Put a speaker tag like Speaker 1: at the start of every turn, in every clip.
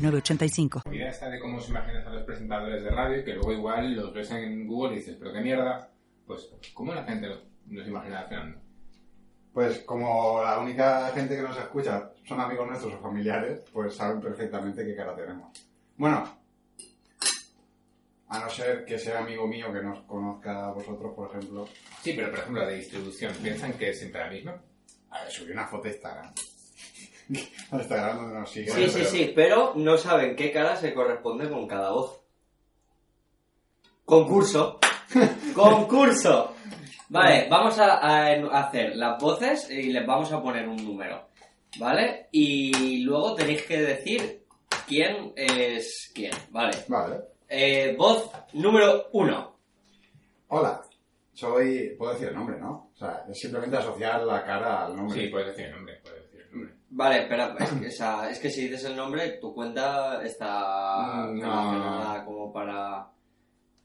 Speaker 1: 985.
Speaker 2: La idea está de cómo se imaginan a los presentadores de radio, que luego igual los ves en Google y dices, pero qué mierda. Pues, ¿cómo la gente los, los imagina cenando?
Speaker 3: Pues como la única gente que nos escucha son amigos nuestros o familiares, pues saben perfectamente qué cara tenemos. Bueno, a no ser que sea amigo mío que nos conozca a vosotros, por ejemplo.
Speaker 2: Sí, pero por ejemplo la de distribución, ¿piensan que es siempre la misma?
Speaker 3: A ver, subí una foto a Instagram. A Instagram donde nos siguen.
Speaker 4: Sí, sí,
Speaker 3: pero-
Speaker 4: sí, pero no saben qué cara se corresponde con cada voz. Concurso. Concurso. Vale, vamos a, a hacer las voces y les vamos a poner un número. ¿Vale? Y luego tenéis que decir quién es quién. Vale.
Speaker 3: Vale.
Speaker 4: Eh, voz número uno.
Speaker 3: Hola. Soy... Puedo decir el nombre, ¿no? O sea, es simplemente asociar la cara al nombre.
Speaker 2: Sí, puedes decir el nombre, puedes decir el nombre.
Speaker 4: Vale, espera, es que, esa- es que si dices el nombre, tu cuenta está
Speaker 3: No.
Speaker 4: relacionada como para...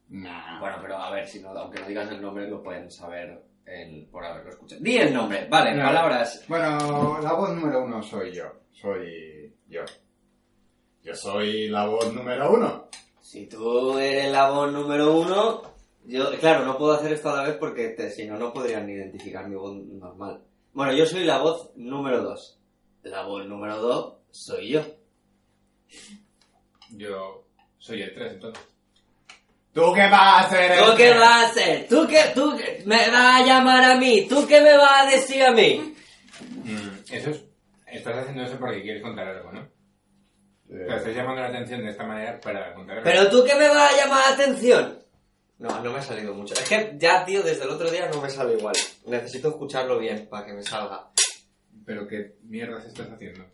Speaker 3: Nah.
Speaker 4: Ah. Bueno, pero a ver, si no, aunque no digas el nombre, lo pueden saber el- por haberlo escuchado. Di el nombre, vale,
Speaker 3: No.
Speaker 4: palabras.
Speaker 3: Bueno, la voz número uno soy yo. Soy yo. Yo soy la voz número uno.
Speaker 4: Si tú eres la voz número uno, yo, claro, no puedo hacer esto a la vez porque te- si no, no podrían identificar mi voz normal. Bueno, yo soy la voz número dos. La voz número dos soy yo.
Speaker 2: Yo soy el 3, entonces.
Speaker 3: ¿Tú qué vas a hacer?
Speaker 2: Eh,
Speaker 4: ¿Tú qué vas a hacer? ¿Tú qué, tú qué- me vas a llamar a mí? ¿Tú qué me vas a decir a mí?
Speaker 2: Mm, eso es... Estás haciendo eso porque quieres contar algo, ¿no?
Speaker 3: Eh,
Speaker 2: Pero estás llamando la atención de esta manera para contar algo.
Speaker 4: ¿Pero tú qué me vas a llamar la atención? No, no me ha salido mucho. Es que ya, tío, desde el otro día no me sale igual. Necesito escucharlo bien para que me salga.
Speaker 2: ¿Pero qué mierdas estás haciendo?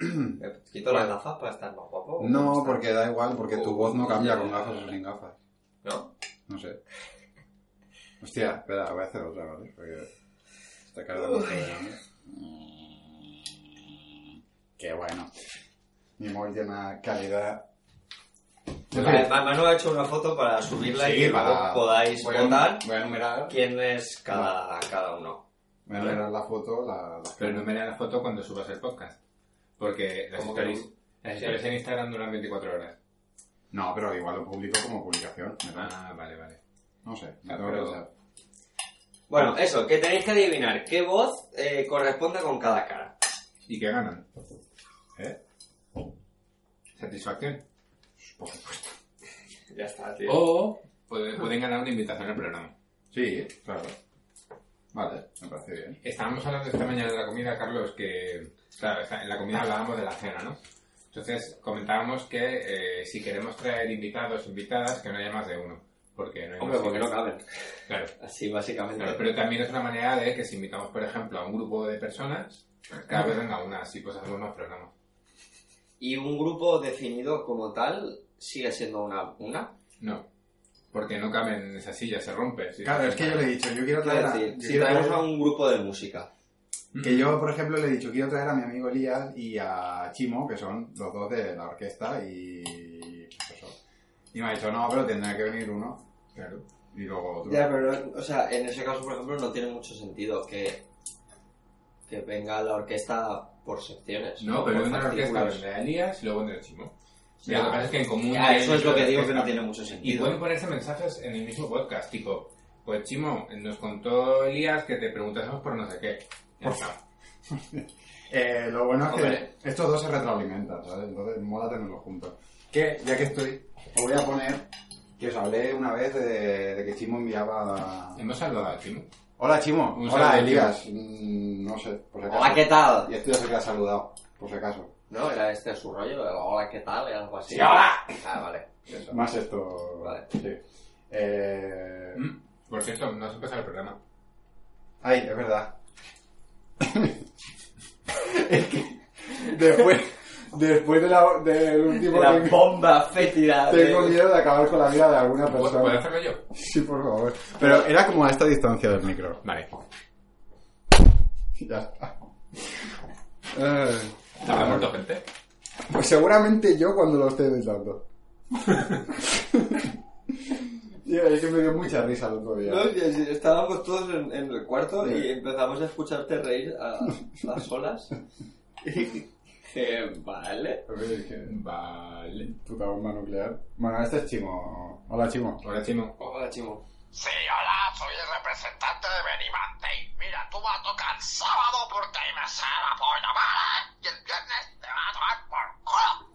Speaker 4: Me quito las gafas para estar más guapo.
Speaker 3: No, porque da igual, porque tu voz no cambia con gafas o sin gafas.
Speaker 4: ¿No?
Speaker 3: No sé. Hostia, espera, voy a hacer otra, ¿vale? Porque esta cara de Mm, Qué bueno. Mi móvil tiene una calidad.
Speaker 4: Vale, Ma- Manu ha hecho una foto para subirla y que luego podáis
Speaker 3: voy a,
Speaker 4: votar
Speaker 3: Voy a numerar,
Speaker 4: quién es cada, cada uno.
Speaker 3: voy a numerar la foto, la, la-
Speaker 2: Pero no me la foto cuando subas el podcast. Porque las
Speaker 4: ¿Cómo que
Speaker 2: stories,
Speaker 4: no?
Speaker 2: las stories en Instagram duran 24 horas.
Speaker 3: No, pero igual lo publico como publicación. me parece.
Speaker 2: Ah, vale, vale.
Speaker 3: No sé, me
Speaker 2: Ah,
Speaker 3: tengo que
Speaker 2: pero-
Speaker 3: pensar.
Speaker 4: Bueno, eso, que tenéis que adivinar qué voz eh, corresponde con cada cara.
Speaker 2: ¿Y qué ganan?
Speaker 3: ¿Eh?
Speaker 2: ¿Satisfacción?
Speaker 3: Por supuesto.
Speaker 4: Ya está, tío.
Speaker 2: O puede- pueden ganar una invitación al programa.
Speaker 3: Sí, claro. Vale, me parece bien.
Speaker 2: Estábamos hablando esta mañana de la comida, Carlos, que... Claro, está- en la comida hablábamos de la cena, ¿no? Entonces comentábamos que eh, si queremos traer invitados, invitadas, que no haya más de uno. Porque no hay
Speaker 4: Oh, Hombre,
Speaker 2: más
Speaker 4: porque
Speaker 2: de
Speaker 4: no
Speaker 2: uno.
Speaker 4: caben.
Speaker 2: Claro.
Speaker 4: Así,
Speaker 2: Claro,
Speaker 4: básicamente.
Speaker 2: pero también es una manera de que si invitamos, por ejemplo, a un grupo de personas, cada vez venga una, así pues hacemos más programas.
Speaker 4: Y un grupo definido como tal sigue siendo una... una
Speaker 2: No, porque no caben en esa silla, se rompe. sí.
Speaker 3: Claro, es que yo le he dicho, yo quiero traer
Speaker 4: Quiero
Speaker 3: a...
Speaker 4: decir,
Speaker 3: yo
Speaker 4: si
Speaker 3: quiero
Speaker 4: traemos
Speaker 3: traer-
Speaker 4: a un grupo de música.
Speaker 3: Que
Speaker 4: Mm.
Speaker 3: yo, por ejemplo, le he dicho, quiero traer a mi amigo Elías y a Chimo, que son los dos de la orquesta, y... pues eso. Y me ha dicho, no, pero tendrá que venir uno. Claro. Y luego otro.
Speaker 4: Ya, pero, no- o sea, en ese caso, por ejemplo, no tiene mucho sentido que, que venga la orquesta por secciones.
Speaker 2: No, pero
Speaker 4: por
Speaker 2: en una orquesta
Speaker 4: fascículos.
Speaker 2: vendrá Elías y luego vendrá Chimo. Y
Speaker 4: Ya.
Speaker 2: lo que pasa es que en común...
Speaker 4: Ya, eso es lo que digo que no
Speaker 2: orquesta.
Speaker 4: tiene mucho
Speaker 2: Y
Speaker 4: sentido.
Speaker 2: pueden ponerse mensajes en el mismo podcast, tipo, pues Chimo, nos contó Elías que te preguntásemos por no sé qué. Ya está.
Speaker 3: Eh, lo bueno es que
Speaker 4: Hombre.
Speaker 3: estos dos se retroalimentan, ¿sabes? Entonces mola tenerlos juntos. Que, ya que estoy, os voy a poner que os hablé una vez de, de que Chimo enviaba...
Speaker 4: Em-
Speaker 2: Hemos saludado a Chimo.
Speaker 3: Hola, Chimo.
Speaker 2: Un
Speaker 3: Hola,
Speaker 2: saludo,
Speaker 3: Elías. Mm, no sé, por si acaso.
Speaker 4: Hola, ¿qué tal?
Speaker 3: Y esto ya se que ha saludado, por si acaso.
Speaker 4: No, era este su rollo, hola, ¿qué tal? Era algo así.
Speaker 3: Sí, hola.
Speaker 4: Ah, vale.
Speaker 3: Más esto...
Speaker 4: Vale.
Speaker 3: Sí. Eh...
Speaker 2: Mm. Por cierto, no has empezado el programa.
Speaker 3: Ay, es verdad. es que Después, después de la, del último
Speaker 4: La
Speaker 3: que-
Speaker 4: bomba fétida. de-
Speaker 3: tengo miedo de acabar con la vida de alguna
Speaker 2: ¿Puedo puedo
Speaker 3: persona.
Speaker 2: hacerlo yo?
Speaker 3: Sí, por favor. Pero era como a esta distancia del micro.
Speaker 2: Vale.
Speaker 3: Ya está. Eh,
Speaker 2: ¿Habrá muerto gente?
Speaker 3: pues seguramente yo cuando lo esté editando. Ya, es que me dio mucha risa el otro día.
Speaker 4: No, sí, sí, estábamos todos en, en el cuarto
Speaker 3: Sí.
Speaker 4: y empezamos a escucharte reír a, a solas. Y dije, vale.
Speaker 3: Es que-
Speaker 2: Vale.
Speaker 3: Puta bomba nuclear. Bueno, este es Chimo. Hola, Chimo.
Speaker 2: Hola, Chimo.
Speaker 4: Hola, Chimo.
Speaker 5: Sí, hola, soy el representante de Benimante. Mira, tú vas a tocar el sábado porque ahí me sale la polla, ¿vale? Y el viernes te vas a tomar por culo.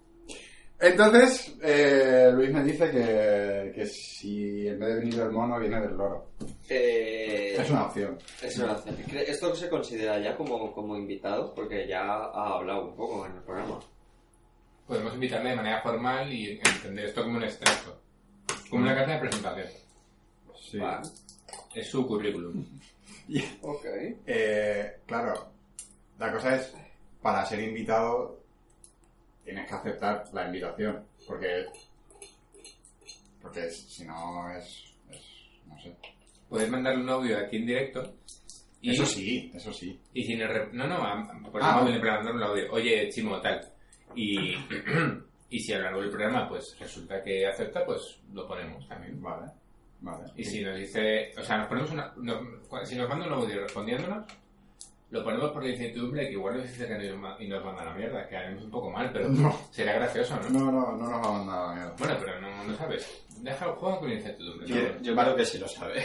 Speaker 3: Entonces, eh, Luis me dice que, que si en vez de venir del mono, viene del loro.
Speaker 4: Eh,
Speaker 3: Es una opción.
Speaker 4: es una opción. Cre- Esto se considera ya como, como invitado porque ya ha hablado un poco en el programa.
Speaker 2: Podemos invitarle de manera formal y entender esto como un extracto. Como una carta de presentación.
Speaker 3: Sí.
Speaker 4: Va.
Speaker 2: Es su currículum.
Speaker 4: Ok.
Speaker 3: Eh, claro, la cosa es, para ser invitado, tienes que aceptar la invitación. Porque, porque es- si no es, es- no sé.
Speaker 2: Puedes mandarle un audio aquí en directo. Y,
Speaker 3: Eso sí, eso sí.
Speaker 2: Y sin el re- No, no, a- por
Speaker 3: Ah.
Speaker 2: ejemplo, le mandaron un audio. Oye, Chimo, tal. Y, y si a lo largo del programa, pues resulta que acepta, pues lo ponemos también.
Speaker 3: Vale, vale.
Speaker 2: Y si nos dice, o sea, nos ponemos una, nos- cu- si nos manda un audio respondiéndonos, lo ponemos por la incertidumbre que igual nos dice que nos ma- y nos manda la mierda, que haremos un poco mal, pero
Speaker 3: No.
Speaker 2: será gracioso, ¿no?
Speaker 3: No, no, no nos va a mandar la mierda.
Speaker 2: Bueno, pero no, no sabes. Deja el juego con incertidumbre. ¿no?
Speaker 3: Yo-
Speaker 4: creo que sí lo sabe.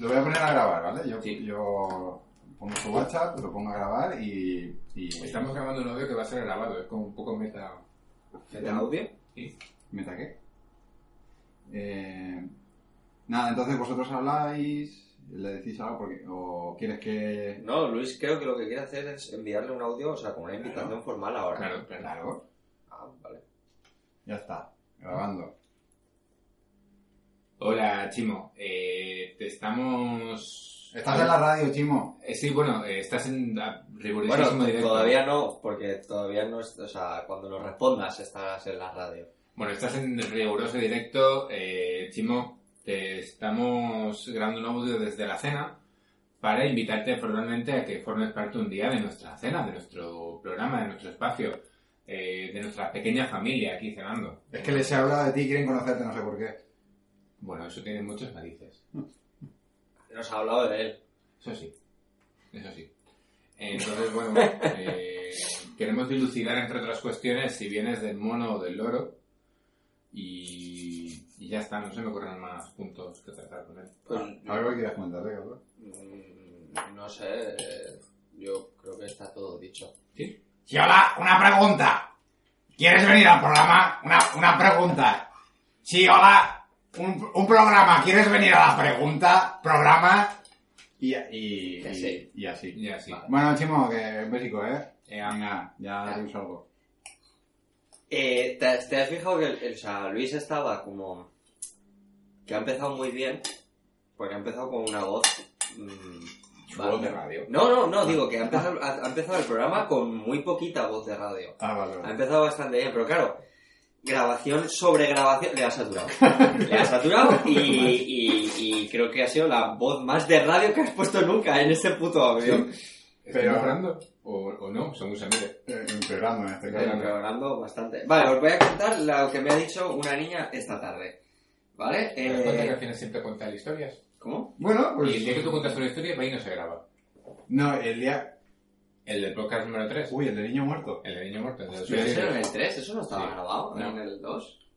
Speaker 3: Lo voy a poner a grabar, ¿vale? Yo,
Speaker 2: Sí.
Speaker 3: yo pongo su WhatsApp, lo pongo a grabar y... y
Speaker 2: Estamos grabando un audio que va a ser grabado, es como un poco meta.
Speaker 4: ¿El audio?
Speaker 2: ¿sí?
Speaker 3: ¿Meta qué? Eh, nada, entonces vosotros habláis, le decís algo porque... O quieres que...
Speaker 4: No, Luis creo que lo que quiere hacer es enviarle un audio, o sea, como una invitación
Speaker 3: Claro.
Speaker 4: formal ahora.
Speaker 2: Claro, claro.
Speaker 3: Claro,
Speaker 4: Ah, vale.
Speaker 3: ya está, grabando.
Speaker 2: Hola, Chimo. Eh, te estamos.
Speaker 3: Estás en la radio, Chimo.
Speaker 2: Eh, sí, bueno, eh, estás en ah, rigurosísimo
Speaker 4: Bueno,
Speaker 2: directo.
Speaker 4: todavía no, porque todavía no es, o sea, cuando lo respondas estarás en la radio.
Speaker 2: Bueno, estás en riguroso directo, eh, Chimo. Te estamos grabando un audio desde la cena para invitarte formalmente a que formes parte un día de nuestra cena, de nuestro programa, de nuestro espacio, eh, de nuestra pequeña familia aquí cenando.
Speaker 3: Es que les he hablado de ti, quieren conocerte, no sé por qué.
Speaker 2: Bueno, eso tiene muchos matices.
Speaker 4: Nos ha hablado de él.
Speaker 2: Eso sí. Eso sí. Entonces, bueno, eh, queremos dilucidar, entre otras cuestiones, si vienes del mono o del loro. Y, y ya está, no se me ocurren más puntos que tratar con él.
Speaker 4: Pues,
Speaker 3: A ver qué quieres comentarle, cabrón.
Speaker 4: mm, no sé, eh, yo creo que está todo dicho.
Speaker 6: Sí, hola, una pregunta. ¿Quieres venir al programa? Una, una pregunta. Sí, hola, un, un programa. ¿Quieres venir a la pregunta? ¿Programa?
Speaker 3: Y, y,
Speaker 4: Que
Speaker 3: y-
Speaker 4: sí.
Speaker 3: y así.
Speaker 2: Ya, sí.
Speaker 3: Bueno, Chimo, que es bésico, ¿eh?
Speaker 2: Eh,
Speaker 3: Venga, ya digo algo.
Speaker 4: Eh, ¿te, te has fijado que el- el- o sea, Luis estaba como... que ha empezado muy bien, porque ha empezado con una voz... mm,
Speaker 3: Su voz
Speaker 4: va-
Speaker 3: de radio.
Speaker 4: No, no, no, digo que ha empezado, ha- ha empezado el programa con muy poquita voz de radio.
Speaker 3: Ah, vale,
Speaker 4: Ha
Speaker 3: vale.
Speaker 4: empezado bastante bien, pero claro, grabación sobre grabación, le ha saturado. Le ha saturado y, y- y creo que ha sido la voz más de radio que has puesto nunca en este puto audio.
Speaker 2: ¿Estoy
Speaker 3: Pero-
Speaker 2: mejorando? O, o no? Son muy amigos.
Speaker 3: Eh, empeorando en este
Speaker 4: Pero
Speaker 3: caso.
Speaker 4: mejorando bastante. Vale, os voy a contar lo que me ha dicho una niña esta tarde. ¿Vale?
Speaker 2: ¿Te das cuenta que al
Speaker 4: Eh,
Speaker 2: final siempre cuentan historias?
Speaker 4: ¿Cómo?
Speaker 3: Bueno,
Speaker 2: Y el
Speaker 3: pues...
Speaker 2: día que tú cuentas una historia, ahí no se graba.
Speaker 3: No, el día...
Speaker 2: El del podcast número 3.
Speaker 3: Uy, el del niño muerto.
Speaker 2: El del niño muerto. el de los
Speaker 4: ¿Pero eso era en
Speaker 2: suicidios.
Speaker 4: el 3? ¿Eso no estaba
Speaker 2: Sí.
Speaker 4: grabado?
Speaker 2: No.
Speaker 4: ¿En el 2?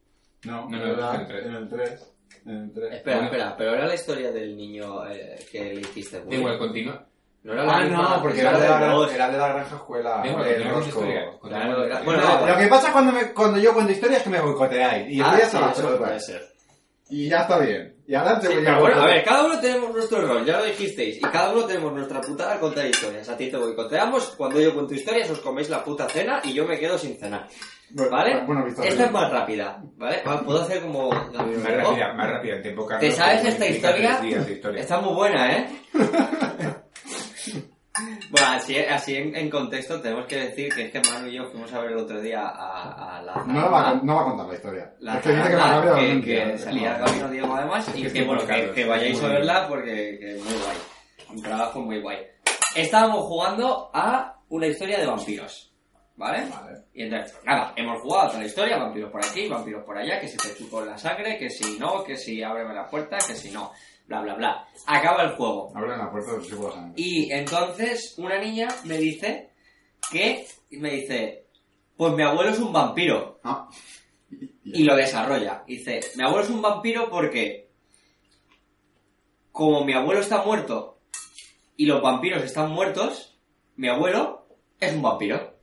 Speaker 2: No,
Speaker 3: No,
Speaker 2: no,
Speaker 3: era
Speaker 2: en el tres.
Speaker 3: en el 3. En el 3.
Speaker 4: Espera,
Speaker 2: Bueno.
Speaker 4: espera, pero era la historia del niño eh, que le hiciste
Speaker 2: Da igual, pues. continúa.
Speaker 4: No era la
Speaker 3: Ah,
Speaker 4: misma,
Speaker 3: no, porque
Speaker 4: era
Speaker 3: era de,
Speaker 4: del
Speaker 3: la,
Speaker 4: 2.
Speaker 3: era de la granja escuela,
Speaker 2: Da igual,
Speaker 3: del
Speaker 2: continúa con tu
Speaker 3: Rosco.
Speaker 2: historia. Continúa
Speaker 4: Claro,
Speaker 2: con tu
Speaker 4: era-
Speaker 2: historia.
Speaker 4: bueno,
Speaker 3: No, lo que pasa es cuando, me- cuando yo cuando historias que me boicoteáis. Y el
Speaker 4: Ah,
Speaker 3: día
Speaker 4: sí,
Speaker 3: se va a
Speaker 4: eso
Speaker 3: hacer
Speaker 4: puede
Speaker 3: otra.
Speaker 4: ser.
Speaker 3: Y ya está bien. Y pues ahora te
Speaker 4: Sí,
Speaker 3: voy
Speaker 4: pero
Speaker 3: a
Speaker 4: bueno, a ver, cada uno tenemos nuestro rol, ya lo dijisteis, y cada uno tenemos nuestra putada al contar historias. A ti te boicoteamos, cuando yo cuento historias os coméis la puta cena y yo me quedo sin cenar,
Speaker 3: Bueno,
Speaker 4: ¿vale?
Speaker 3: bueno, visto
Speaker 4: Esta
Speaker 3: bien.
Speaker 4: es más rápida, ¿vale? Ah, Puedo hacer como... Gabriel
Speaker 2: Más
Speaker 4: Ortego.
Speaker 2: rápida, más rápida en tiempo, Carlos.
Speaker 4: ¿Te sabes
Speaker 2: porque
Speaker 4: esta
Speaker 2: implica tres
Speaker 4: historia?
Speaker 2: días de historia.
Speaker 4: Está muy buena, ¿eh? Bueno, así, así en, en contexto tenemos que decir que es que Manu y yo fuimos a ver el otro día a, a la...
Speaker 3: No, lo va, a con- no va a contar la historia.
Speaker 4: La
Speaker 3: es que dice que la
Speaker 4: Zaranda,
Speaker 3: rabia
Speaker 4: que-
Speaker 3: lo
Speaker 4: que
Speaker 3: limpia.
Speaker 4: salía
Speaker 3: No.
Speaker 4: Gabino Diego además y
Speaker 2: Es
Speaker 4: que
Speaker 2: que
Speaker 4: bueno, que,
Speaker 2: Carlos,
Speaker 4: que vayáis
Speaker 2: muy
Speaker 4: a verla porque que es muy guay. Un trabajo muy guay. Estábamos jugando a una historia de vampiros, ¿vale?
Speaker 3: Vale.
Speaker 4: Y entonces, nada, hemos jugado a otra historia, vampiros por aquí, vampiros por allá, que si te chupo la sangre, que si no, que si ábreme la puerta, que si no, bla bla bla. Acaba el juego.
Speaker 3: Abren la puerta del chico de sangre.
Speaker 4: Y entonces una niña me dice que me dice, pues mi abuelo es un vampiro.
Speaker 3: Ah.
Speaker 4: Y lo desarrolla. Dice, mi abuelo es un vampiro porque como mi abuelo está muerto y los vampiros están muertos, mi abuelo es un vampiro.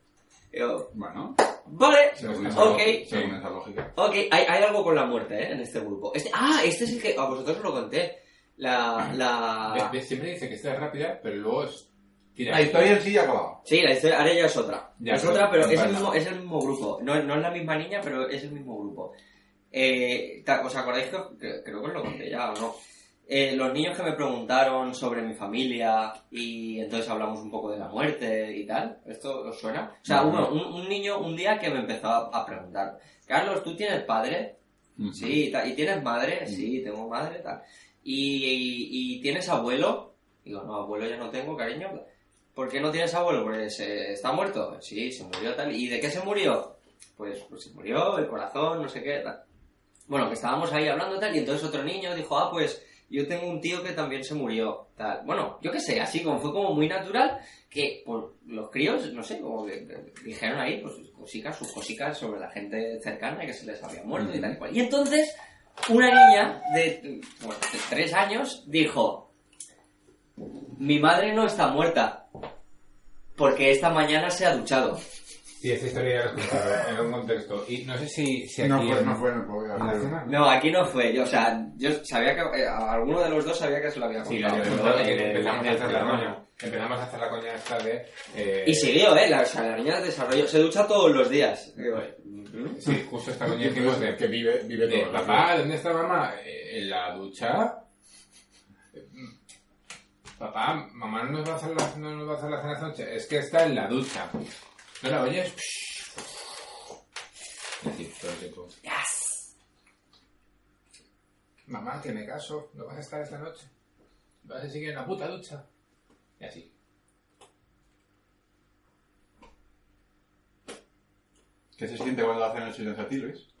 Speaker 4: Y yo,
Speaker 3: Bueno,
Speaker 4: vale,
Speaker 3: según esa,
Speaker 4: ok,
Speaker 3: lógica- según esa lógica.
Speaker 4: ok, hay, hay algo con la muerte ¿eh? en este grupo. Este, ah, este es el que a vosotros os lo conté. La,
Speaker 2: Ve-
Speaker 4: la...
Speaker 2: ve, Siempre dice que esta es rápida, pero luego es... Tira.
Speaker 3: La historia en sí ya ha acabado.
Speaker 4: Sí, la historia, ahora ya es otra.
Speaker 2: Ya,
Speaker 4: es
Speaker 2: pero-
Speaker 4: otra, pero es el,
Speaker 2: vale.
Speaker 4: mismo, es el mismo grupo. No, no es la misma niña, pero es el mismo grupo. Eh, ta- ¿Os acordáis que os- que- creo que os lo conté ya o no? Eh, los niños que me preguntaron sobre mi familia y entonces hablamos un poco de la muerte y tal, ¿esto os suena? O sea,
Speaker 3: No.
Speaker 4: bueno, un, un niño un día que me empezó a, a preguntar, Carlos, ¿tú tienes padre? Sí, y tal. ¿y tienes madre? Sí, tengo madre, tal. ¿Y, y, y tienes abuelo? Digo, no, abuelo ya no tengo, cariño. ¿Por qué no tienes abuelo? Porque se, está muerto. Sí, se murió tal. ¿Y de qué se murió? Pues, pues se murió, el corazón, no sé qué, tal. Bueno, que estábamos ahí hablando tal, y entonces otro niño dijo, ah, pues yo tengo un tío que también se murió, tal. Bueno, yo qué sé, así como fue como muy natural que pues, los críos, no sé, como que- que dijeron ahí pues, sus cositas, sus cositas sobre la gente cercana que se les había muerto y tal y cual. Y entonces una niña de, bueno, de tres años dijo, mi madre no está muerta porque esta mañana se ha duchado.
Speaker 2: Y esta historia ya la he escuchado en un contexto. Y no sé si, si aquí...
Speaker 3: No fue, no fue en el podcast.
Speaker 2: ¿En la cena?
Speaker 4: No, aquí no fue yo, o sea, yo sabía que eh, a alguno de los dos sabía que se lo había
Speaker 2: Sí,
Speaker 4: contado.
Speaker 2: la que
Speaker 4: pero
Speaker 2: contaba que
Speaker 4: en el-
Speaker 2: empezamos
Speaker 4: en
Speaker 2: a
Speaker 4: el
Speaker 2: hacer la
Speaker 4: programa
Speaker 2: coña. Empezamos a hacer la coña esta de... eh,
Speaker 4: Y siguió, ¿eh? La, o sea, la niña desarrolló. Se ducha todos los días. Digo, ¿Mm?
Speaker 2: Sí, justo esta coña
Speaker 3: Coño, que
Speaker 2: hicimos
Speaker 3: no-
Speaker 2: de...
Speaker 3: que vive, vive
Speaker 2: de,
Speaker 3: todo.
Speaker 2: Eh, papá, ¿dónde está mamá? "Eh, En la ducha. Papá, mamá no nos va a hacer la, no nos va a hacer la cena esta noche. Es que está en la ducha. ¿No la oyes? Así, todo el tiempo. Mamá, que me caso. No vas a estar esta noche. Vas a seguir en la puta ducha. Y así.
Speaker 3: ¿Qué se siente cuando hacen el silencio a ti, Luis?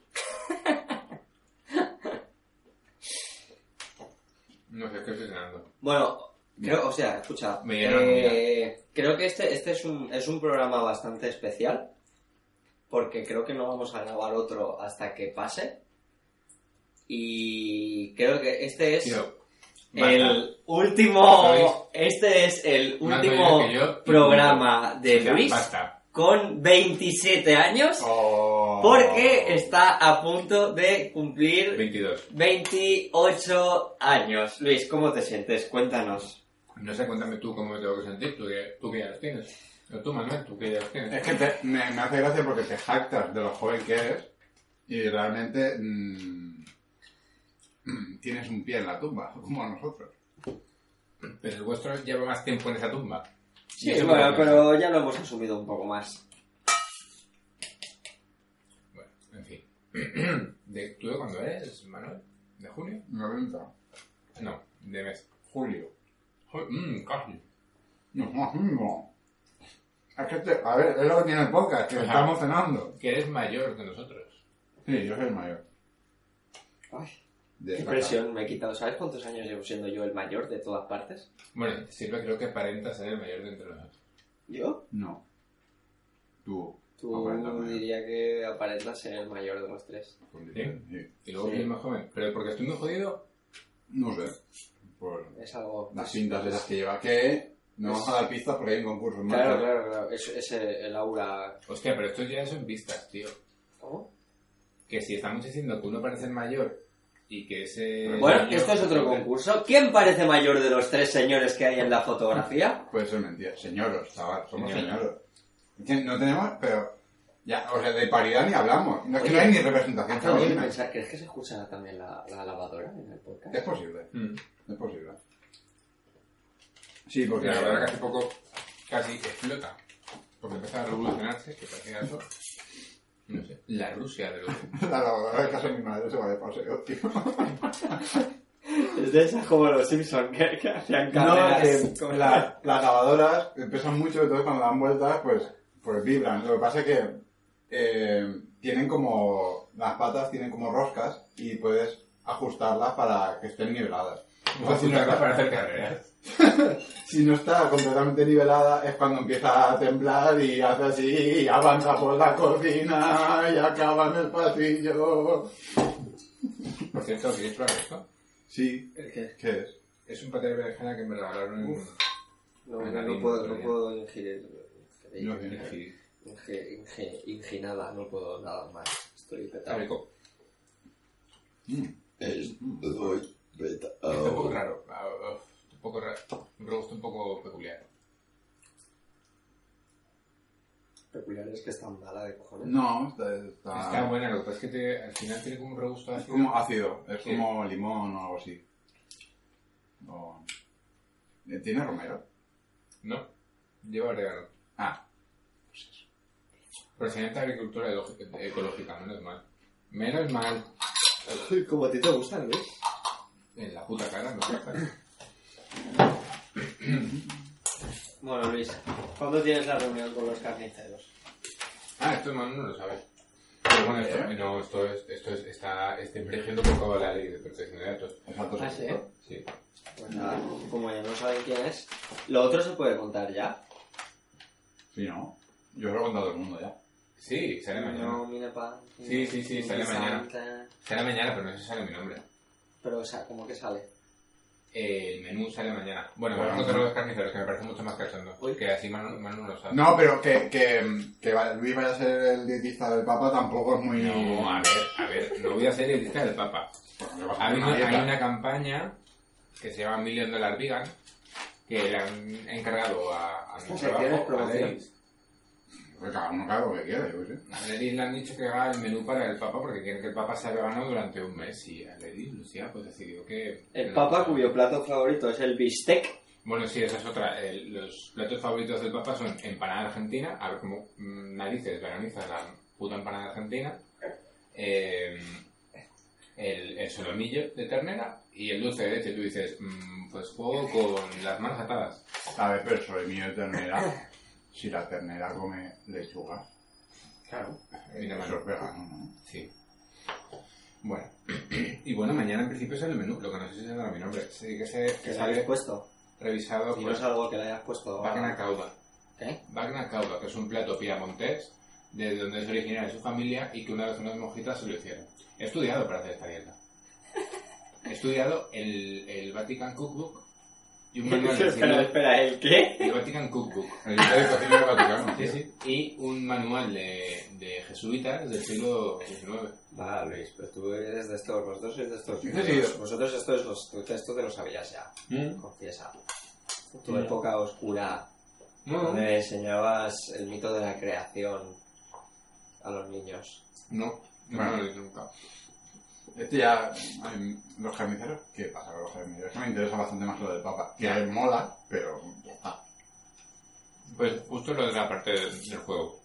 Speaker 2: No sé, es que estoy cenando.
Speaker 4: Bueno, creo, o sea, escucha.
Speaker 2: Me llenaron,
Speaker 4: eh, creo que este, este es, un, es un programa bastante especial. Porque creo que no vamos a grabar otro hasta que pase. Y creo que este es
Speaker 2: Tío, basta.
Speaker 4: el último.
Speaker 2: ¿Sabéis?
Speaker 4: Este es el
Speaker 2: Más
Speaker 4: último
Speaker 2: rollo que yo, y
Speaker 4: programa de
Speaker 2: O sea,
Speaker 4: Luis
Speaker 2: Basta.
Speaker 4: con 27 años.
Speaker 3: Oh.
Speaker 4: Porque está a punto de cumplir
Speaker 2: 22.
Speaker 4: 28 años. Luis, ¿cómo te sientes? Cuéntanos.
Speaker 2: No sé, cuéntame tú cómo me tengo que sentir, tú que, tú que ya los tienes. O tú, Manuel, tú que ya los
Speaker 3: Es
Speaker 4: Eh.
Speaker 2: tienes.
Speaker 3: que te- me, me hace gracia porque te jactas de lo joven que eres y realmente mm, mm, tienes un pie en la tumba, como nosotros.
Speaker 2: Pero el vuestro lleva más tiempo en esa tumba. Y
Speaker 4: Sí,
Speaker 2: eso
Speaker 4: bueno,
Speaker 2: me lo
Speaker 4: pero ya lo hemos asumido un poco más.
Speaker 2: Bueno, en fin. ¿De, ¿Tú de cuándo eres, Manuel? ¿De junio?
Speaker 3: 90.
Speaker 2: No, de mes.
Speaker 3: Julio.
Speaker 2: Ju- Mmm, casi.
Speaker 3: No, no, no. Es que te- a ver, es lo que tiene el podcast, que
Speaker 2: Ajá.
Speaker 3: estamos cenando.
Speaker 2: Que eres mayor que nosotros.
Speaker 3: Sí, yo soy el mayor.
Speaker 4: Ay,
Speaker 3: De
Speaker 4: qué
Speaker 3: esta
Speaker 4: presión me he quitado. ¿Sabes cuántos años llevo siendo yo el mayor de todas partes?
Speaker 2: Bueno, te sirve creo que aparenta ser el mayor de entre nosotros.
Speaker 4: ¿Yo?
Speaker 3: casa. No. Tú.
Speaker 4: Tú
Speaker 3: aparentas mayor.
Speaker 4: diría que aparentas ser el mayor de los tres.
Speaker 2: ¿Sí?
Speaker 3: Sí.
Speaker 2: Y luego
Speaker 4: Sí.
Speaker 2: que eres más joven. Pero porque estoy muy jodido,
Speaker 3: No sé. Por
Speaker 4: Es algo...
Speaker 3: las cintas esas que lleva. Que no vamos a dar pistas porque hay un concurso. en marcha.
Speaker 4: Claro, claro, claro. Es, es el, el aura...
Speaker 2: hostia, pero esto ya son vistas, tío.
Speaker 4: ¿Cómo?
Speaker 2: Que si estamos diciendo que uno parece el mayor y que ese...
Speaker 4: Bueno,
Speaker 2: niño-
Speaker 4: esto es otro concurso. ¿Quién parece mayor de los tres señores que hay en la fotografía?
Speaker 3: Puede ser mentira. Señoros, chaval, somos
Speaker 2: Señoros.
Speaker 3: señoros. Es que No tenemos, pero. Ya, o sea, de paridad ni hablamos. No es que
Speaker 4: Oye,
Speaker 3: no hay ni representación
Speaker 4: Acabo de
Speaker 3: femenina.
Speaker 4: pensar, ¿crees que se escucha también la, la lavadora en el podcast?
Speaker 3: Es posible,
Speaker 2: Mm.
Speaker 3: es posible. Sí,
Speaker 2: Porque
Speaker 3: porque
Speaker 2: la verdad que hace poco casi explota porque empieza a revolucionarse, que parecía eso. No sé, la Rusia de los...
Speaker 3: La lavadora de casa de mi madre se va de paseo, tío.
Speaker 4: Es de esas como los Simpsons que, que hacían
Speaker 3: No,
Speaker 4: carreras.
Speaker 3: que
Speaker 4: como-
Speaker 3: la- las lavadoras pesan mucho, entonces cuando dan vueltas, pues, pues vibran. Lo que pasa es que eh, tienen como, las patas tienen como roscas y puedes ajustarlas para que estén niveladas.
Speaker 2: No,
Speaker 3: Entonces, si, no
Speaker 2: no, para
Speaker 3: está,
Speaker 2: hacer carreras.
Speaker 3: si no está completamente nivelada es cuando empieza a temblar y hace así, y avanza por la cocina y acaba en el pasillo.
Speaker 2: Por cierto, ¿queréis probar esto?
Speaker 3: Sí,
Speaker 4: ¿Qué?
Speaker 3: ¿qué es?
Speaker 2: Es un paté de berenjena que me regalaron en...
Speaker 4: No, no, no puedo, no puedo ingerir.
Speaker 3: No,
Speaker 2: en
Speaker 3: bien.
Speaker 2: el-
Speaker 4: Inge, inge, inginada, no puedo nada más. Estoy
Speaker 2: Está
Speaker 4: petado.
Speaker 2: rico.
Speaker 7: Estoy
Speaker 2: Está un poco
Speaker 3: Oh.
Speaker 7: petado.
Speaker 2: raro. ah, uf, Un poco raro. Un robusto un poco peculiar.
Speaker 4: Peculiar es que está mala de cojones.
Speaker 3: No, está, está-
Speaker 2: Está buena, lo que pasa es que te- al final tiene como un robusto
Speaker 3: Ah. es
Speaker 2: ácido.
Speaker 3: como ácido, es
Speaker 2: Sí.
Speaker 3: como limón o algo así. O- Eh, ¿Tiene romero?
Speaker 2: No, lleva orégano.
Speaker 3: Ah,
Speaker 2: Procedente de agricultura elo- ecológica, menos mal. Menos mal.
Speaker 4: Como a ti te gusta, Luis.
Speaker 2: En la puta cara, no pasa.
Speaker 4: Bueno, Luis, ¿cuándo tienes la reunión con los carniceros?
Speaker 2: Ah, esto no, no lo sabes. Pero bueno, esto,
Speaker 3: ¿Eh?
Speaker 2: no, esto, es, esto es, está, está infringiendo por toda la ley de protección de datos.
Speaker 3: exacto.
Speaker 4: Ah, sí.
Speaker 2: Sí.
Speaker 4: Pues nada, como ya no saben quién es, lo otro se puede contar ya.
Speaker 3: Sí, ¿no? Yo se lo he contado a todo el mundo ya.
Speaker 2: Sí, sale mañana.
Speaker 4: No, mira, pa.
Speaker 2: Sí, sí, sí, sale
Speaker 4: Mira,
Speaker 2: mañana.
Speaker 4: Santa.
Speaker 2: Sale mañana, pero no se sale mi nombre.
Speaker 4: Pero, o sea, ¿cómo que sale?
Speaker 2: Eh, el menú sale mañana. Bueno,
Speaker 3: Bueno.
Speaker 2: vamos a contar los carniceros, que me parece mucho más cachondo.
Speaker 4: Uy.
Speaker 2: Que así Manu, Manu lo sabe.
Speaker 3: No, pero que, que, que va- Luis vaya a ser el dietista del Papa tampoco es muy...
Speaker 2: No, a ver, a ver, no voy a ser el del Papa.
Speaker 3: Bueno, le vas a
Speaker 2: Hay
Speaker 3: hacer
Speaker 2: una,
Speaker 3: una
Speaker 2: hay
Speaker 3: dieta.
Speaker 2: una campaña que se llama Million Dollar Vegan que le han encargado a, a mi
Speaker 4: Esta sección es
Speaker 2: trabajo, a
Speaker 4: promoción.
Speaker 2: Leris.
Speaker 3: Pues cada uno cada lo que quiera, yo qué sé.
Speaker 2: A Leris le han dicho que haga el menú para el Papa porque quieren que el Papa sea vegano durante un mes. Y a Leris, Lucía, pues decidió que.
Speaker 4: El
Speaker 2: no.
Speaker 4: papa cuyo plato favorito es el bistec.
Speaker 2: Bueno, sí, esa es otra. El- los platos favoritos del Papa son empanada argentina, a ver cómo mm, narices veganizas la puta empanada argentina, eh, el, el solomillo de ternera y el dulce de leche. Tú dices, mm, pues juego con las manos atadas.
Speaker 3: A ver, pero sobre mí de ternera, si la ternera come lechuga,
Speaker 2: Claro.
Speaker 3: eso es vegano, ¿no?
Speaker 2: Sí. Bueno. Y bueno, mañana en principio sale el menú. Lo que no sé si saldrá mi nombre. Sí que, se, que
Speaker 4: Que lo habéis
Speaker 2: sale
Speaker 4: puesto.
Speaker 2: revisado
Speaker 4: pues, Si
Speaker 2: por
Speaker 4: no es algo que le hayas puesto. a-
Speaker 2: Bagna Cauda.
Speaker 4: ¿Qué?
Speaker 2: Bagna Cauda, que es un plato piamontés de donde es originaria su familia y que una vez unas monjitas se lo hicieron. He estudiado para hacer esta dieta. He estudiado el, el Vatican Cookbook y un manual de
Speaker 4: Pero
Speaker 2: cocina.
Speaker 4: espera, ¿el qué?
Speaker 2: El Vatican Cookbook.
Speaker 3: El dieta de cocina del Vaticano.
Speaker 2: Sí,
Speaker 3: tío.
Speaker 2: sí. Y un manual de, de jesuitas del siglo XIX.
Speaker 4: Va, Luis, pero tú eres de estos, vosotros sois de estos.
Speaker 3: Sí, sí, yo.
Speaker 4: Vosotros esto, es, os- tú- esto te lo sabías ya, confiesa. Tu época oscura,
Speaker 2: No,
Speaker 4: donde enseñabas el mito de la creación a los niños.
Speaker 2: No,
Speaker 3: Bueno.
Speaker 2: no lo he leído nunca.
Speaker 3: Este ya, ay, los carniceros, ¿qué pasa con los carniceros? Que me interesa bastante más lo del Papa, que mola, pero ya está.
Speaker 2: Pues justo lo de la parte de- del juego.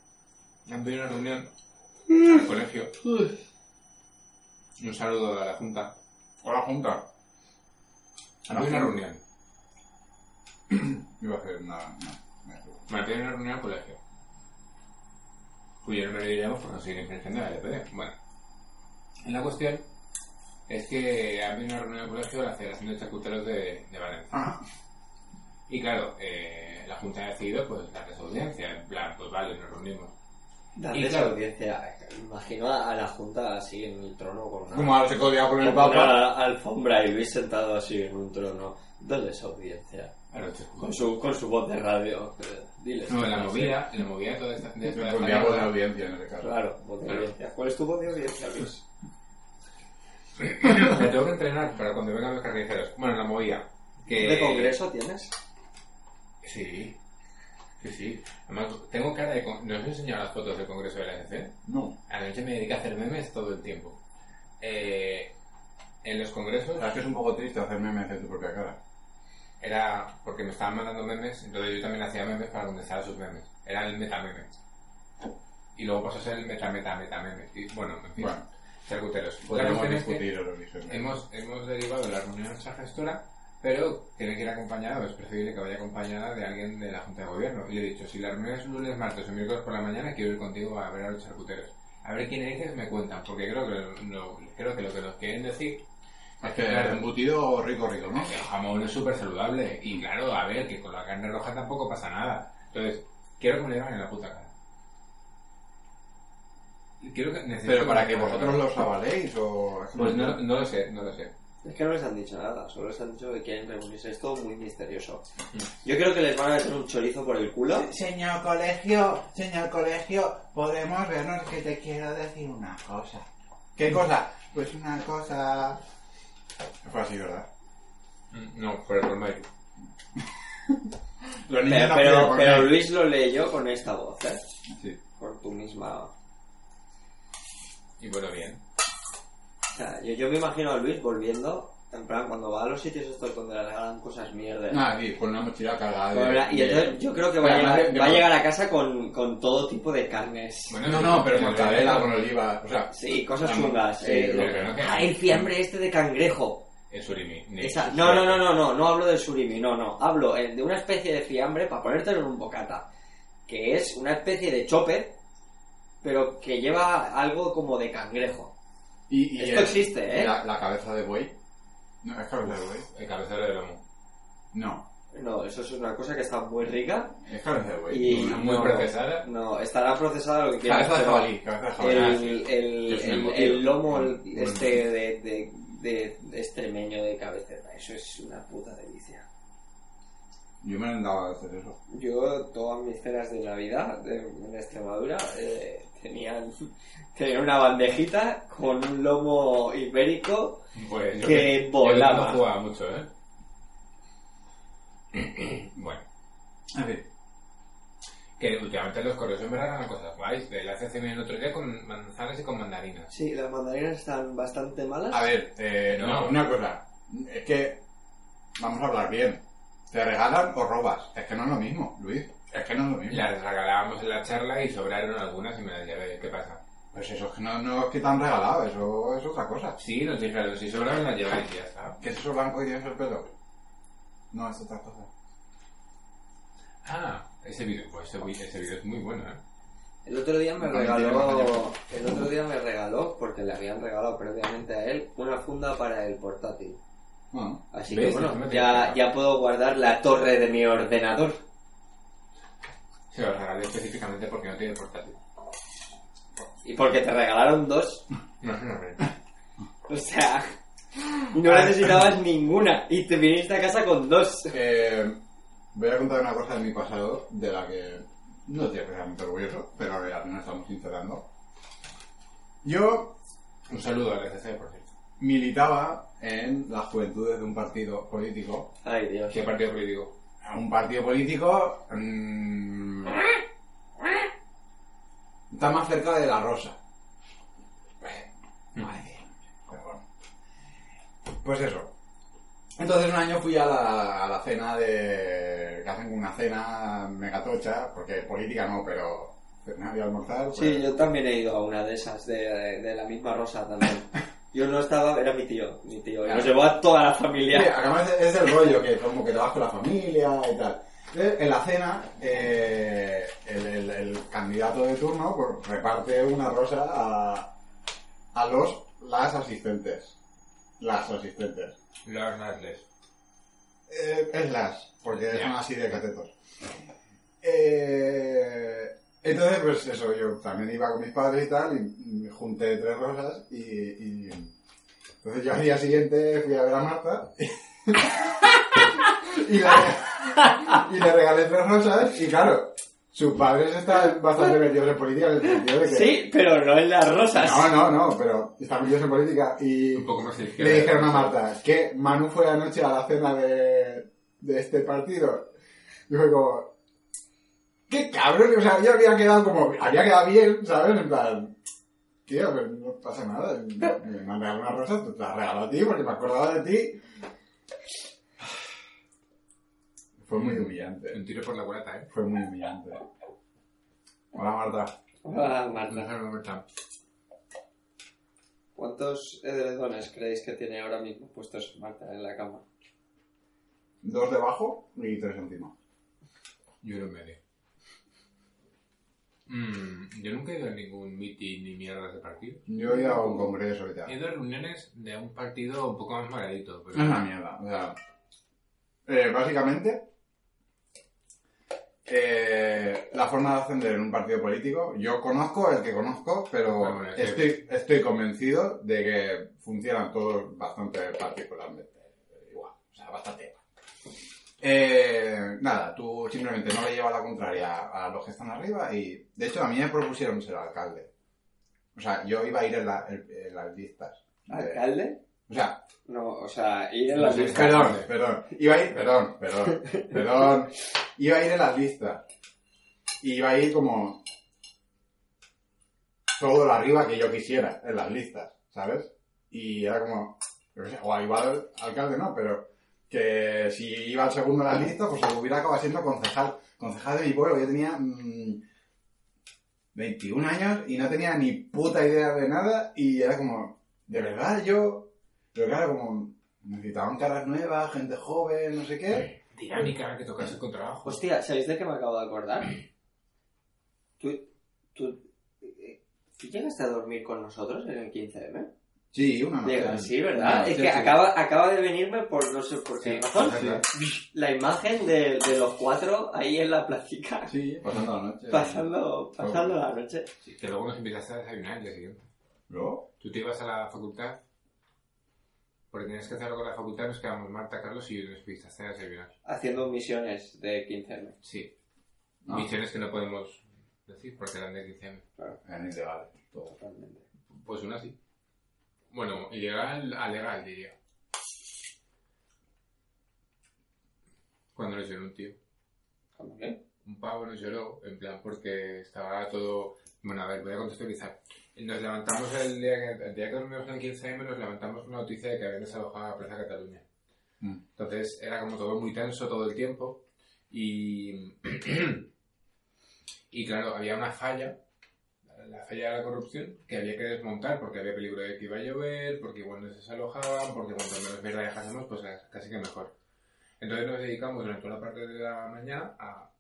Speaker 2: Han pedido una reunión al colegio. Un saludo a la Junta.
Speaker 3: Hola, Junta.
Speaker 2: Han pedido una reunión.
Speaker 3: Iba a hacer una... no, me equivoco.
Speaker 2: Me han pedido una reunión al colegio. Cuyo nombre lo diremos por conseguir infringiendo la LPD. Bueno. La cuestión es que han pedido una reunión al colegio de la Federación de Chacuteros de, de Valencia.
Speaker 3: Ah,
Speaker 2: Y claro, eh, la Junta ha decidido pues darles audiencia. En plan, pues vale, nos reunimos.
Speaker 4: Darles
Speaker 2: claro.
Speaker 4: audiencia. Imagino a la junta así en el trono con una,
Speaker 3: como ahora se codea con el
Speaker 4: con
Speaker 3: Papa.
Speaker 4: una alfombra y Luis sentado así en un trono. Darles audiencia.
Speaker 2: A los
Speaker 4: Con
Speaker 2: chacuteros.
Speaker 4: su, con su voz de radio. eh, Diles.
Speaker 2: No, la movida, la movida de toda esta... de esta-
Speaker 3: Me codea con la audiencia en ese caso.
Speaker 4: Claro, voz de
Speaker 2: Claro.
Speaker 4: audiencia. ¿Cuál es tu voz de audiencia, Luis?
Speaker 2: Me tengo que entrenar para cuando vengan los carniceros. Bueno, la movida. Que...
Speaker 4: ¿De congreso tienes?
Speaker 2: Sí. Sí, sí. Además, tengo cara de... con- ¿No os he enseñado las fotos del congreso de la SC?
Speaker 3: No.
Speaker 2: Anoche me dediqué a hacer memes todo el tiempo. Eh, en los congresos...
Speaker 3: Sabes que es un poco triste hacer memes de tu propia cara.
Speaker 2: era porque me estaban mandando memes, entonces yo también hacía memes para contestar a sus memes. Era el metameme. Y luego pasó a ser el meta meta meta meme. Y bueno, en fin,
Speaker 3: Bueno.
Speaker 2: ser cuteros. La
Speaker 3: Podríamos
Speaker 2: cuestión es que-
Speaker 3: discutir el origen.
Speaker 2: Hemos, hemos derivado la reunión a nuestra gestora, pero tiene que ir acompañada, o es preferible que vaya acompañada de alguien de la Junta de Gobierno. Y le he dicho, si la reunión es lunes, martes o miércoles por la mañana, quiero ir contigo a ver a los charcuteros. A ver quién eres, me cuentan, porque creo que lo, creo que, lo que nos quieren decir
Speaker 3: Es que el embutido rico, rico, ¿no?
Speaker 2: es que el jamón es súper saludable. Y claro, a ver, que con la carne roja tampoco pasa nada. Entonces, quiero que me lo digan en la puta cara. Y Quiero que, necesito
Speaker 3: Pero para
Speaker 2: me
Speaker 3: que
Speaker 2: lo digan.
Speaker 3: vosotros los avaléis o...
Speaker 2: Pues no, no lo sé, no lo sé.
Speaker 4: Es que no les han dicho nada, solo les han dicho que quieren reunirse. Es todo muy misterioso. Yo creo que les van a meter un chorizo por el culo.
Speaker 6: Señor colegio, señor colegio, podemos vernos que te quiero decir una cosa.
Speaker 3: ¿Qué cosa?
Speaker 6: Pues una cosa...
Speaker 3: Fue así, ¿verdad?
Speaker 2: Mm, No, por el problema de
Speaker 3: Los niños no
Speaker 4: Pero, pero,
Speaker 3: pudieron
Speaker 4: pero
Speaker 3: correr.
Speaker 4: Luis lo leyó con esta voz, ¿eh?
Speaker 3: Sí.
Speaker 4: Con tu misma...
Speaker 2: Y bueno, bien.
Speaker 4: O sea, yo, yo me imagino a Luis volviendo, en plan, cuando va a los sitios estos donde le regalan cosas mierda.
Speaker 3: Ah, aquí, con una mochila cargada de...
Speaker 4: Con la- y
Speaker 3: de-
Speaker 4: entonces yo creo que va, a
Speaker 3: Además,
Speaker 4: llegar,
Speaker 3: de-
Speaker 4: va a
Speaker 3: de-
Speaker 4: llegar a casa con, con todo tipo de carnes.
Speaker 2: Bueno,
Speaker 3: No, no, pero
Speaker 2: en
Speaker 3: mortadela
Speaker 2: realidad,
Speaker 3: con oliva, o sea...
Speaker 4: Sí, cosas
Speaker 3: Vamos,
Speaker 4: chungas.
Speaker 3: sí,
Speaker 4: eh,
Speaker 3: lo
Speaker 4: eh,
Speaker 2: que no queda.
Speaker 4: ah, el fiambre este de cangrejo.
Speaker 2: Es surimi. ni-
Speaker 4: Esa- no, no, no, no, no, no hablo del surimi, no, no. Hablo eh, de una especie de fiambre para ponértelo en un bocata. Que es una especie de chopper, pero que lleva algo como de cangrejo.
Speaker 3: Y, y
Speaker 4: Esto existe, ¿eh?
Speaker 3: La, la cabeza de buey. No, es cabeza de buey.
Speaker 2: El cabecero de lomo.
Speaker 3: No,
Speaker 4: No, eso es una cosa que está muy rica.
Speaker 3: es cabeza de buey.
Speaker 4: Y
Speaker 2: Una muy
Speaker 4: no,
Speaker 2: procesada. Ah,
Speaker 4: No, estará procesada lo que quieras.
Speaker 3: Cabeza de
Speaker 4: pero-
Speaker 3: jabalí, cabeza de jabalí.
Speaker 4: el, el,
Speaker 3: es un
Speaker 4: el,
Speaker 3: embutido.
Speaker 4: el lomo el-
Speaker 3: Mm,
Speaker 4: este de, de, de- de extremeño de cabecera, eso es una puta delicia.
Speaker 3: Yo me he andado a hacer eso.
Speaker 4: Yo todas mis cenas de Navidad de- en Extremadura eh, tenían, tenían una bandejita con un lomo ibérico
Speaker 2: Pues yo
Speaker 4: Que
Speaker 2: que- yo
Speaker 4: volaba.
Speaker 2: No jugaba mucho, ¿eh? bueno.
Speaker 3: En fin.
Speaker 2: Que últimamente los correos en verdad eran cosas guays. De la hacen el otro día con manzanas y con mandarinas.
Speaker 4: Sí, las mandarinas están bastante malas.
Speaker 3: A ver, eh, no,
Speaker 2: No.
Speaker 3: una cosa. Es que vamos a hablar bien. ¿Te regalan o robas? Es que no es lo mismo, Luis. Es que no es lo mismo.
Speaker 2: Las regalábamos en la charla y sobraron algunas y me las llevé. ¿Qué pasa?
Speaker 3: Pues eso es que no, no es que te han regalado, eso es otra cosa.
Speaker 2: Sí, nos dijeron, si sobraron las lleváis y ya está.
Speaker 3: ¿Qué es eso blanco que tienes el pelo? No, es otra cosa.
Speaker 2: Ah, ese vídeo pues ese, vi- ese vídeo es muy bueno, ¿eh?
Speaker 4: El otro día me
Speaker 2: Ah,
Speaker 3: También tiene más
Speaker 4: regaló,
Speaker 3: años.
Speaker 4: el otro día me regaló, porque le habían regalado previamente a él, una funda para el portátil.
Speaker 3: No.
Speaker 4: Así
Speaker 2: ¿Ves?
Speaker 4: que
Speaker 2: No
Speaker 4: bueno,
Speaker 2: me
Speaker 4: ya,
Speaker 2: tengo que
Speaker 4: ya puedo guardar la torre de mi ordenador.
Speaker 2: Se los regalé específicamente porque no tiene portátil.
Speaker 4: Y porque te regalaron dos,
Speaker 2: No, no, no.
Speaker 4: o sea, no necesitabas ninguna y te viniste a casa con dos.
Speaker 3: Eh, voy a contar una cosa de mi pasado de la que no estoy especialmente orgulloso, pero que al menos estamos sincerando. Yo
Speaker 2: Un saludo al ECC, por cierto.
Speaker 3: militaba en las juventudes de un partido político.
Speaker 4: Ay Dios.
Speaker 2: ¿Qué partido político?
Speaker 3: Un partido político. mm, está más cerca de la rosa. Madre, pero bueno. Pues eso. Entonces un año fui a la, a la cena de... que hacen una cena megatocha, porque política no, pero cena de almorzar. pues-
Speaker 4: Sí, yo también he ido a una de esas, de, de la misma rosa también. Yo no estaba, era mi tío, mi tío. y Nos llevó a toda la
Speaker 3: Sí,
Speaker 4: familia.
Speaker 3: además es el rollo que como que te vas con la familia y tal. Entonces, en la cena, eh, el, el- el candidato de turno pues, reparte una rosa a, a los las asistentes. Las asistentes.
Speaker 2: Los Nasles.
Speaker 3: Eh, es las, porque
Speaker 2: Ya.
Speaker 3: son así de catetos. Eh, entonces, pues eso, yo también iba con mis padres y tal, y me junté tres rosas y... y- entonces yo al día siguiente fui a ver a Marta y, la- y le regalé tres rosas y claro, sus padres están bastante metidos en política en el sentido de que...
Speaker 4: Sí, pero no en las rosas.
Speaker 3: No, no, no, pero están metidos en política y...
Speaker 2: Un poco más de izquierda.
Speaker 3: Le dijeron a Marta que Manu fue anoche a la cena de, de este partido. Y fue como, qué cabrón, o sea, yo había quedado como, había quedado bien, ¿sabes? En plan, tío, pues no pasa nada. Me mandaron una rosa, te la regalo a ti porque me acordaba de ti. Fue muy humillante.
Speaker 2: Un tiro por la culata, ¿eh?
Speaker 3: Fue muy humillante. Hola, Marta.
Speaker 4: Ah, Marta.
Speaker 2: Lanzar una vuelta.
Speaker 4: ¿Cuántos edredones creéis que tiene ahora mismo puestos Marta en la cama?
Speaker 3: Dos debajo y tres encima.
Speaker 2: Y uno en medio. Mm, yo nunca he ido a ningún meeting ni mierdas de partido.
Speaker 3: Yo he ido a un congreso y tal.
Speaker 2: He ido a reuniones de un partido un poco más maladito. Pero...
Speaker 3: Es una mierda. O sea, eh, básicamente, eh, la forma de ascender en un partido político, yo conozco el que conozco, pero
Speaker 2: Ah, bueno, es que-
Speaker 3: estoy, estoy convencido de que funcionan todos bastante particularmente igual. O sea, bastante igual. Eh, nada, tú simplemente no le llevas la contraria a los que están arriba y, de hecho, a mí me propusieron ser alcalde. O sea, yo iba a ir en, la- en- en las listas.
Speaker 4: ¿Alcalde?
Speaker 3: O sea,
Speaker 4: No, o sea, ir en
Speaker 2: No
Speaker 4: la
Speaker 2: sé,
Speaker 4: lista.
Speaker 3: Perdón, perdón. Iba a ir, perdón, perdón, perdón. Iba a ir en las listas. Y iba a ir como todo lo arriba que yo quisiera en las listas, ¿sabes? Y era como, yo qué sé, o igual alcalde no, pero que si iba al segundo en las listas, pues hubiera acabado siendo concejal. Concejal de mi pueblo, yo tenía mm, 21 años y no tenía ni puta idea de nada y era como, de verdad yo, pero claro, como necesitaban caras nuevas, gente joven, no sé qué.
Speaker 2: Dinámica que tocase con trabajo.
Speaker 4: Hostia, ¿sabéis de qué me acabo de acordar? ¿Tú, tú, eh, ¿tú llegaste a dormir con nosotros en el 15M?
Speaker 3: Sí, una noche.
Speaker 4: Llega, sí, ¿verdad?
Speaker 3: No,
Speaker 4: es
Speaker 3: sí,
Speaker 4: que
Speaker 3: sí.
Speaker 4: Acaba, acaba de venirme por no sé por qué
Speaker 2: Sí,
Speaker 4: razón
Speaker 3: Sí,
Speaker 4: la imagen de, de los cuatro ahí en la placica
Speaker 3: Sí, pasando la noche.
Speaker 4: pasando, pasando la noche.
Speaker 2: Sí, que luego nos invitaste a desayunar el día siguiente.
Speaker 3: ¿Luego?
Speaker 2: Tú te ibas a la facultad, porque tenías que hacer algo en la facultad, nos quedamos Marta, Carlos y yo y nos invitaste a desayunar.
Speaker 4: Haciendo misiones de 15M.
Speaker 2: Sí.
Speaker 3: Ah.
Speaker 2: Misiones que no podemos decir porque eran de 15
Speaker 3: Eh, ni te vale. Todo.
Speaker 4: Totalmente.
Speaker 2: Pues una sí. Bueno, ilegal a legal, diría. Cuando nos lloró un tío.
Speaker 4: ¿Cómo que?
Speaker 2: Un pavo nos lloró, en plan, porque estaba todo... Bueno, a ver, voy a contextualizar. Nos levantamos el día que, el día que dormimos en el 15M, nos levantamos con la noticia de que habían desalojado la Plaza Cataluña.
Speaker 3: Mm.
Speaker 2: Entonces era como todo muy tenso todo el tiempo y... y claro, había una falla, la falla de la corrupción, que había que desmontar porque había peligro de que iba a llover, porque igual nos desalojaban, porque cuanto menos mierda dejásemos, pues casi que mejor. Entonces nos dedicamos durante una parte de la mañana a,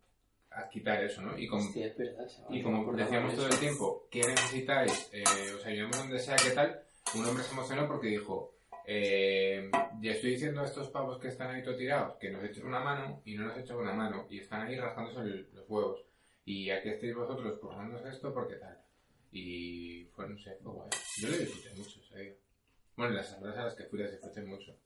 Speaker 2: a quitar eso, ¿no? Y con,
Speaker 4: Hostia, es verdad, chaval,
Speaker 2: y
Speaker 4: no me
Speaker 2: como
Speaker 4: acordaba
Speaker 2: decíamos
Speaker 4: de
Speaker 2: todo el
Speaker 4: eso.
Speaker 2: tiempo, ¿qué necesitáis? Eh, os ayudamos donde sea, ¿qué tal? Un hombre se emocionó porque dijo, eh, ya estoy diciendo a estos pavos que están ahí todo tirados que nos echen una mano y no nos echan una mano y están ahí rascándose el- los huevos. Y aquí estáis vosotros purgándonos esto porque tal. Y fue, no sé, fue guay. Yo lo disfruté mucho, en serio. Bueno, las sorpresas a las que fui las disfruté mucho.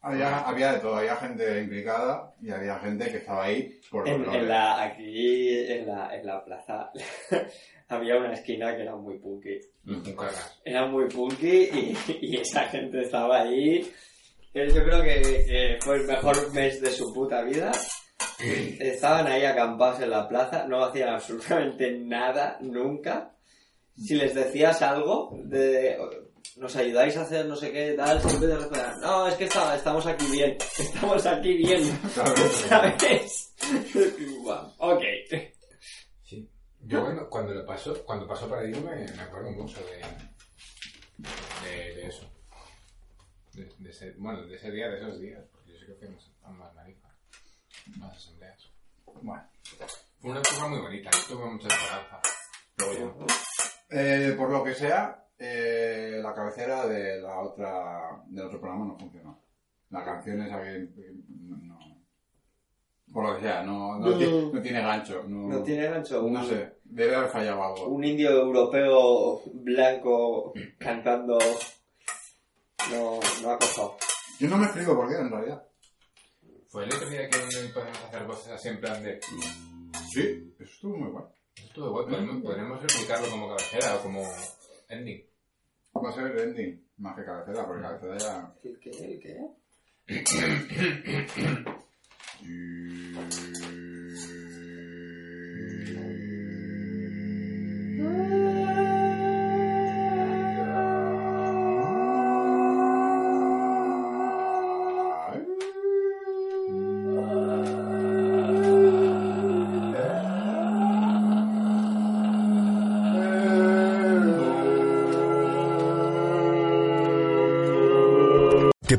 Speaker 3: Había, había de todo, había gente implicada y había gente que estaba ahí por
Speaker 4: En,
Speaker 3: dolores.
Speaker 4: en la, aquí en la, en la plaza había una esquina que era muy punky.
Speaker 2: Un cagas.
Speaker 4: Era muy punky y, y esa gente estaba ahí. Eh, Yo creo que, que fue el mejor mes de su puta vida. Estaban ahí acampados en la plaza, no hacían absolutamente nada, nunca. Si les decías algo de nos ayudáis a hacer no sé qué, tal, siempre te respondían, no, es que está- estamos aquí bien, estamos aquí bien,
Speaker 3: ¿Sabes?
Speaker 4: ¿sabes? Guau, ok.
Speaker 2: Sí. Yo cuando, cuando lo paso, cuando paso para irme, me acuerdo mucho de, de, de eso. De, de ese, bueno, de ese día, de esos días, porque yo sé que fuimos a más marifa, más asambleas.
Speaker 3: Bueno.
Speaker 2: Fue una cosa muy bonita, yo tuve mucha esperanza. Luego
Speaker 3: Eh, por lo que sea, eh, la cabecera de la otra, del otro programa no funcionó. La canción esa que... No, no- Por lo que sea, no, no,
Speaker 4: No.
Speaker 3: tiene, no tiene gancho. No,
Speaker 4: No tiene gancho.
Speaker 3: No sé, debe haber fallado algo.
Speaker 4: un indio europeo blanco cantando no, no ha cojado.
Speaker 3: Yo no me explico por qué, en realidad.
Speaker 2: yo- Fue el otro día que no podemos hacer voces así en plan de.
Speaker 3: Sí, eso estuvo muy bueno.
Speaker 2: Eso estuvo guay, podemos, podremos replicarlo como cabecera o como ending.
Speaker 3: Va a ser el ending, más que cabecera, porque cabecera ya...
Speaker 4: ¿El qué? ¿El qué?
Speaker 3: Ay.
Speaker 7: ¿Te